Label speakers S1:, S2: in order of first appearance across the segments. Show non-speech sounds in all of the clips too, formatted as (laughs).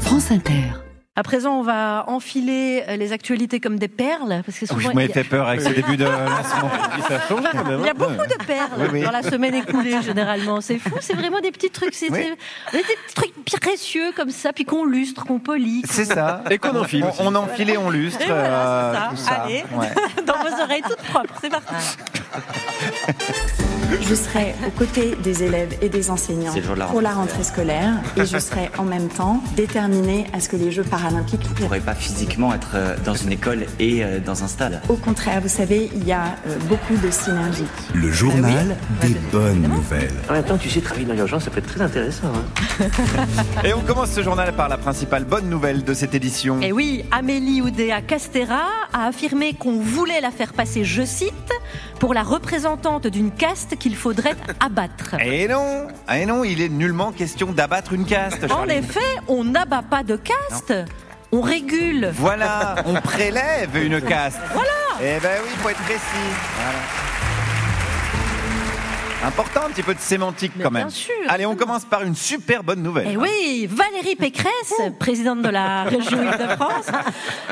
S1: France Inter.
S2: À présent, on va enfiler euh, les actualités comme des perles, parce que
S3: Oh,
S2: souvent, il,
S3: je
S2: y a, Ah,
S3: m'avais fait peur avec ce
S2: (laughs)
S3: début de lancement.
S2: il y a beaucoup de perles
S3: Oui, oui.
S2: dans la semaine
S3: (laughs)
S2: écoulée, généralement. C'est fou, c'est vraiment des petits trucs, c'est
S3: Oui.
S2: c'est- des petits trucs précieux comme ça, puis qu'on lustre, qu'on polie.
S3: C'est ça.
S4: Et qu'on enfile
S3: On,
S4: aussi.
S3: on enfile et on lustre.
S2: Et voilà,
S3: euh,
S2: c'est
S3: tout
S2: ça.
S3: ça.
S2: Allez,
S3: Ouais.
S2: (laughs) dans vos oreilles toutes propres, c'est parti.
S5: Je serai aux côtés des élèves et des enseignants
S6: C'est le jour de la
S5: pour la rentrée scolaire et je serai en même temps déterminée à ce que les Jeux paralympiques
S6: ne pourrait pas physiquement être euh, dans une école et euh, dans un stade.
S5: Au contraire, vous savez, il y a euh, beaucoup de synergies.
S7: Le journal des bonnes nouvelles.
S8: En même temps, tu sais, travailler dans l'urgence, ça peut être très intéressant. hein.
S3: Et on commence ce journal par la principale bonne nouvelle de cette édition.
S2: Et oui, Amélie Oudéa Castera a affirmé qu'on voulait la faire passer, je cite, pour la représentante d'une caste qu'il faudrait abattre.
S3: Et Eh non, et non, il est nullement question d'abattre une caste.
S2: En
S3: Charline.
S2: effet, on n'abat pas de caste, on régule.
S3: Voilà, on prélève une caste. Voilà. Eh ben oui, faut être précis. Voilà. Important, un petit peu de sémantique
S2: Mais
S3: quand
S2: bien
S3: même.
S2: sûr.
S3: Allez, on commence par une super bonne nouvelle.
S2: Eh oui, Valérie Pécresse, présidente de la région Île-de-France,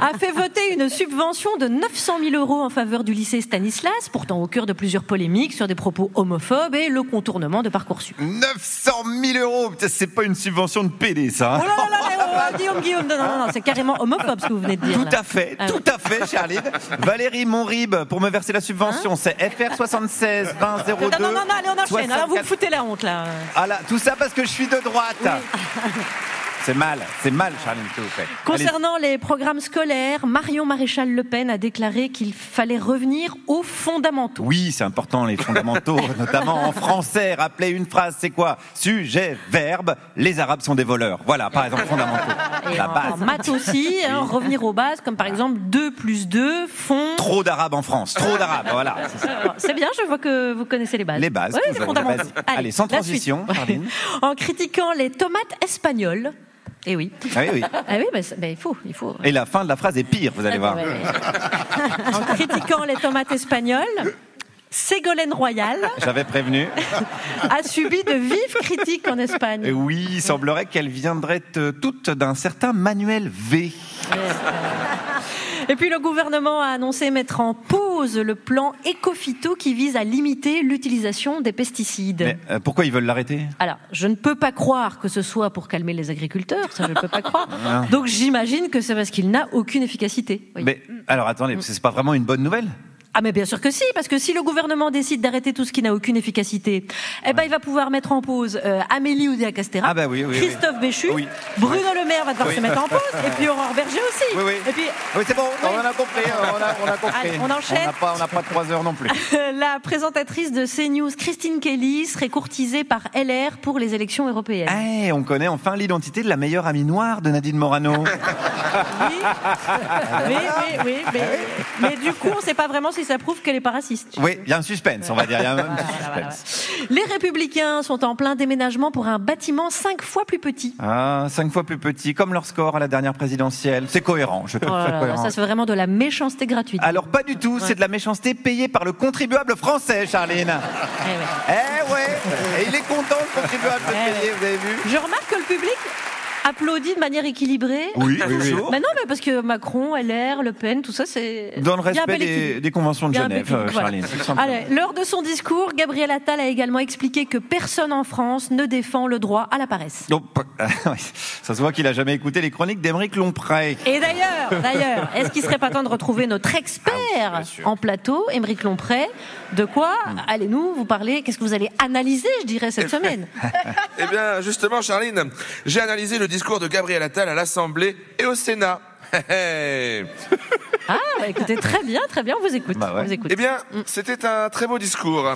S2: a fait voter une subvention de 900 000 euros en faveur du lycée Stanislas, pourtant au cœur de plusieurs polémiques sur des propos homophobes et le contournement de Parcoursup.
S3: (laughs) 900 000 euros, Putain, c'est pas une subvention de PD, ça. hein.
S2: Oh là là là, mais oh, oh, Guillaume, Guillaume, non, non, non, c'est carrément homophobe ce que vous venez de dire.
S3: Tout
S2: là.
S3: à fait,
S2: Ah
S3: tout à fait,
S2: (laughs)
S3: Charline. Valérie Monrib, pour me verser la subvention, c'est FR 76 20 02.
S2: Hein Non, non, non, non, allez, on enchaîne. Alors, vous me
S3: 64.
S2: foutez la honte, là.
S3: Ah là, tout ça parce que je suis de droite. (laughs) C'est mal, c'est mal, Charline, s'il vous plaît.
S2: Concernant les programmes scolaires, Marion Maréchal Le Pen a déclaré qu'il fallait revenir aux fondamentaux.
S3: Oui, c'est important,
S2: (laughs)
S3: les fondamentaux, notamment en français. Rappeler une phrase, c'est quoi Sujet, verbe, les Arabes sont des voleurs. Voilà, par exemple, fondamentaux.
S2: Et
S3: La
S2: en- En
S3: base.
S2: maths aussi, hein, revenir aux bases, comme par exemple 2 plus 2 font...
S3: Trop d'Arabes en France, trop d'Arabes,
S2: (laughs)
S3: voilà. c'est ça.
S2: Alors, C'est bien, je vois que vous connaissez les bases.
S3: Les bases,
S2: Oui,
S3: toujours, les
S2: fondamentaux.
S3: bases. Allez, sans
S2: la suite.
S3: transition, Charline.
S2: en critiquant les tomates espagnoles. Eh oui.
S3: Ah oui, oui.
S2: Ah oui, bah, ça- bah, il faut, il faut.
S3: Et la fin de la phrase est pire, vous allez
S2: Ah
S3: voir.
S2: bon, ouais, ouais. en critiquant les tomates espagnoles, Ségolène Royal
S3: J'avais prévenu.
S2: a subi de vives critiques en Espagne.
S3: Et oui, il semblerait qu'elles viendraient euh, toutes d'un certain Manuel V.
S2: Et puis le gouvernement a annoncé mettre en pause le plan Ecofito qui vise à limiter l'utilisation des pesticides.
S3: Mais euh, pourquoi ils veulent l'arrêter
S2: Alors, je ne peux pas croire que ce soit pour calmer les agriculteurs, ça je ne peux pas
S3: (laughs)
S2: croire. Donc j'imagine que c'est parce qu'il n'a aucune efficacité. Oui.
S3: Ah.
S2: Mm.
S3: Mais alors attendez, parce que c'est pas vraiment une bonne nouvelle
S2: Ah mais bien sûr que si, parce que si le gouvernement décide d'arrêter tout ce qui n'a aucune efficacité, eh ben il va pouvoir mettre en pause euh, Amélie Oudéa-Castéra,
S3: Ah bah oui, oui, oui.
S2: Christophe Béchu,
S3: Oui.
S2: Bruno Le Maire va devoir
S3: Oui.
S2: se mettre en pause, et puis Aurore Berger aussi.
S3: Oui, oui.
S2: Et puis (laughs)
S3: Oui, c'est bon, on en a compris, on a, on a compris.
S2: Allez, on enchaîne.
S3: On n'a pas, on n'a pas trois heures non plus.
S2: la présentatrice de CNews, Christine Kelly, serait courtisée par LR pour les élections européennes.
S3: (laughs) Eh, on connaît enfin l'identité de la meilleure amie noire de Nadine Morano.
S2: Oui,
S3: Ah.
S2: oui, oui, oui, mais, mais du coup, on ne sait pas vraiment si ça prouve qu'elle n'est pas raciste.
S3: oui, il y a un suspense, on va dire. Il y a un
S2: Ah,
S3: petit suspense.
S2: Les républicains sont en plein déménagement pour un bâtiment cinq fois plus
S3: (laughs)
S2: petit.
S3: Ah, cinq fois plus petit, comme leur score à la dernière présidentielle. (laughs) C'est cohérent, je trouve
S2: Oh là
S3: ça
S2: là,
S3: cohérent.
S2: ça, c'est vraiment de la méchanceté gratuite.
S3: Alors pas du tout, c'est de la méchanceté payée par le contribuable français, Charline.
S2: Eh ouais.
S3: Eh ouais, et il est content le contribuable de
S2: Eh
S3: payer, vous avez vu
S2: Je remarque que le public applaudit de manière équilibrée.
S3: Oui, toujours.
S2: Mais non, mais parce que Macron, LR, Le Pen, tout ça, c'est.
S3: Dans le
S2: Il y a un
S3: respect
S2: bel équilibre.
S3: des, des conventions de
S2: Il y a un
S3: Genève,
S2: petit-
S3: euh,
S2: voilà.
S3: Charline. tout simplement.
S2: Allez, lors de son discours, Gabriel Attal a également expliqué que personne en France ne défend le droit à la paresse.
S3: Donc, pas- (laughs) ah, oui, ça se voit qu'il a jamais écouté les chroniques d'Émeric Lomprey.
S2: Et d'ailleurs, d'ailleurs, est-ce qu'il serait pas temps de retrouver
S3: Ah
S2: notre expert en plateau, Émeric Lompré De quoi
S3: Hmm.
S2: allez-nous vous parler Qu'est-ce que vous allez analyser, je dirais, cette
S3: ben.
S2: semaine
S9: Eh bien, justement, Charline, j'ai analysé le discours de Gabriel Attal à l'Assemblée et au Sénat. (laughs) Eh
S2: Ah, bah, écoutez, très bien, très bien, on vous écoute.
S3: Bah ouais.
S2: on vous écoute. Mm.
S9: bien, c'était un très beau discours hein,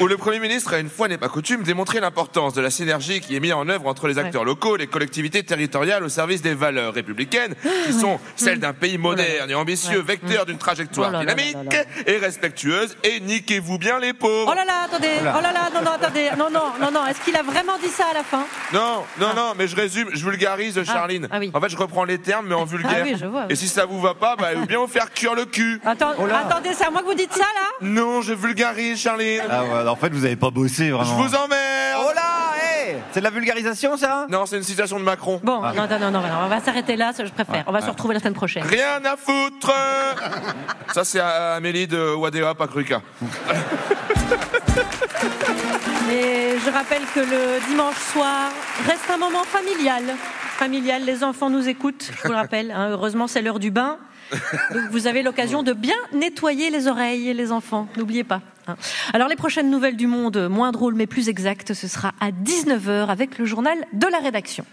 S9: où le Premier ministre, à une fois n'est pas coutume, démontrait l'importance de la synergie qui est mise en œuvre entre les acteurs locaux, les collectivités territoriales au service des valeurs républicaines
S2: Ah,
S9: qui
S2: Mm.
S9: sont celles d'un pays moderne et
S2: Oh
S9: ambitieux,
S2: Ouais.
S9: vecteur d'une trajectoire
S2: Oh là là là
S9: dynamique
S2: là
S9: et respectueuse et niquez-vous bien les pauvres.
S2: Oh là là, attendez, oh là là, non, non, attendez, non, non, non, non, est-ce qu'il a vraiment dit ça à la fin
S9: Non, non, non, mais je résume, je vulgarise, Charline.
S2: ah oui. Ah
S9: En fait, je reprends les termes, mais en vulgaire.
S2: oui, Ah. je vois.
S9: Et si ça vous va pas, bah, ou bien vous faire cuire le cul.
S2: Attends,
S3: Oh
S2: Attendez, c'est à moi que vous dites ça, là
S9: Non, je vulgarise, Charline.
S3: Ah ouais, en fait, vous avez pas bossé
S9: Je
S3: Ah, vraiment.
S9: vous emmerde.
S3: Oh là, hey C'est de la vulgarisation, ça
S9: Non, c'est une citation de Macron.
S2: Bon,
S3: Ah.
S2: non, non, non, non, voilà, on va s'arrêter là, ça, je préfère. on va se retrouver la semaine prochaine.
S9: Rien à foutre Ça, c'est à Amélie de Wadea Pakruka.
S2: Et je rappelle que le dimanche soir reste un moment familial. Familial, les enfants nous écoutent, je vous le rappelle. hein. heureusement, c'est l'heure du bain. Donc vous avez l'occasion de bien nettoyer les oreilles, les enfants. N'oubliez pas. hein. Alors, les prochaines nouvelles du monde, moins drôles mais plus exactes, ce sera à 19h avec le journal de la rédaction.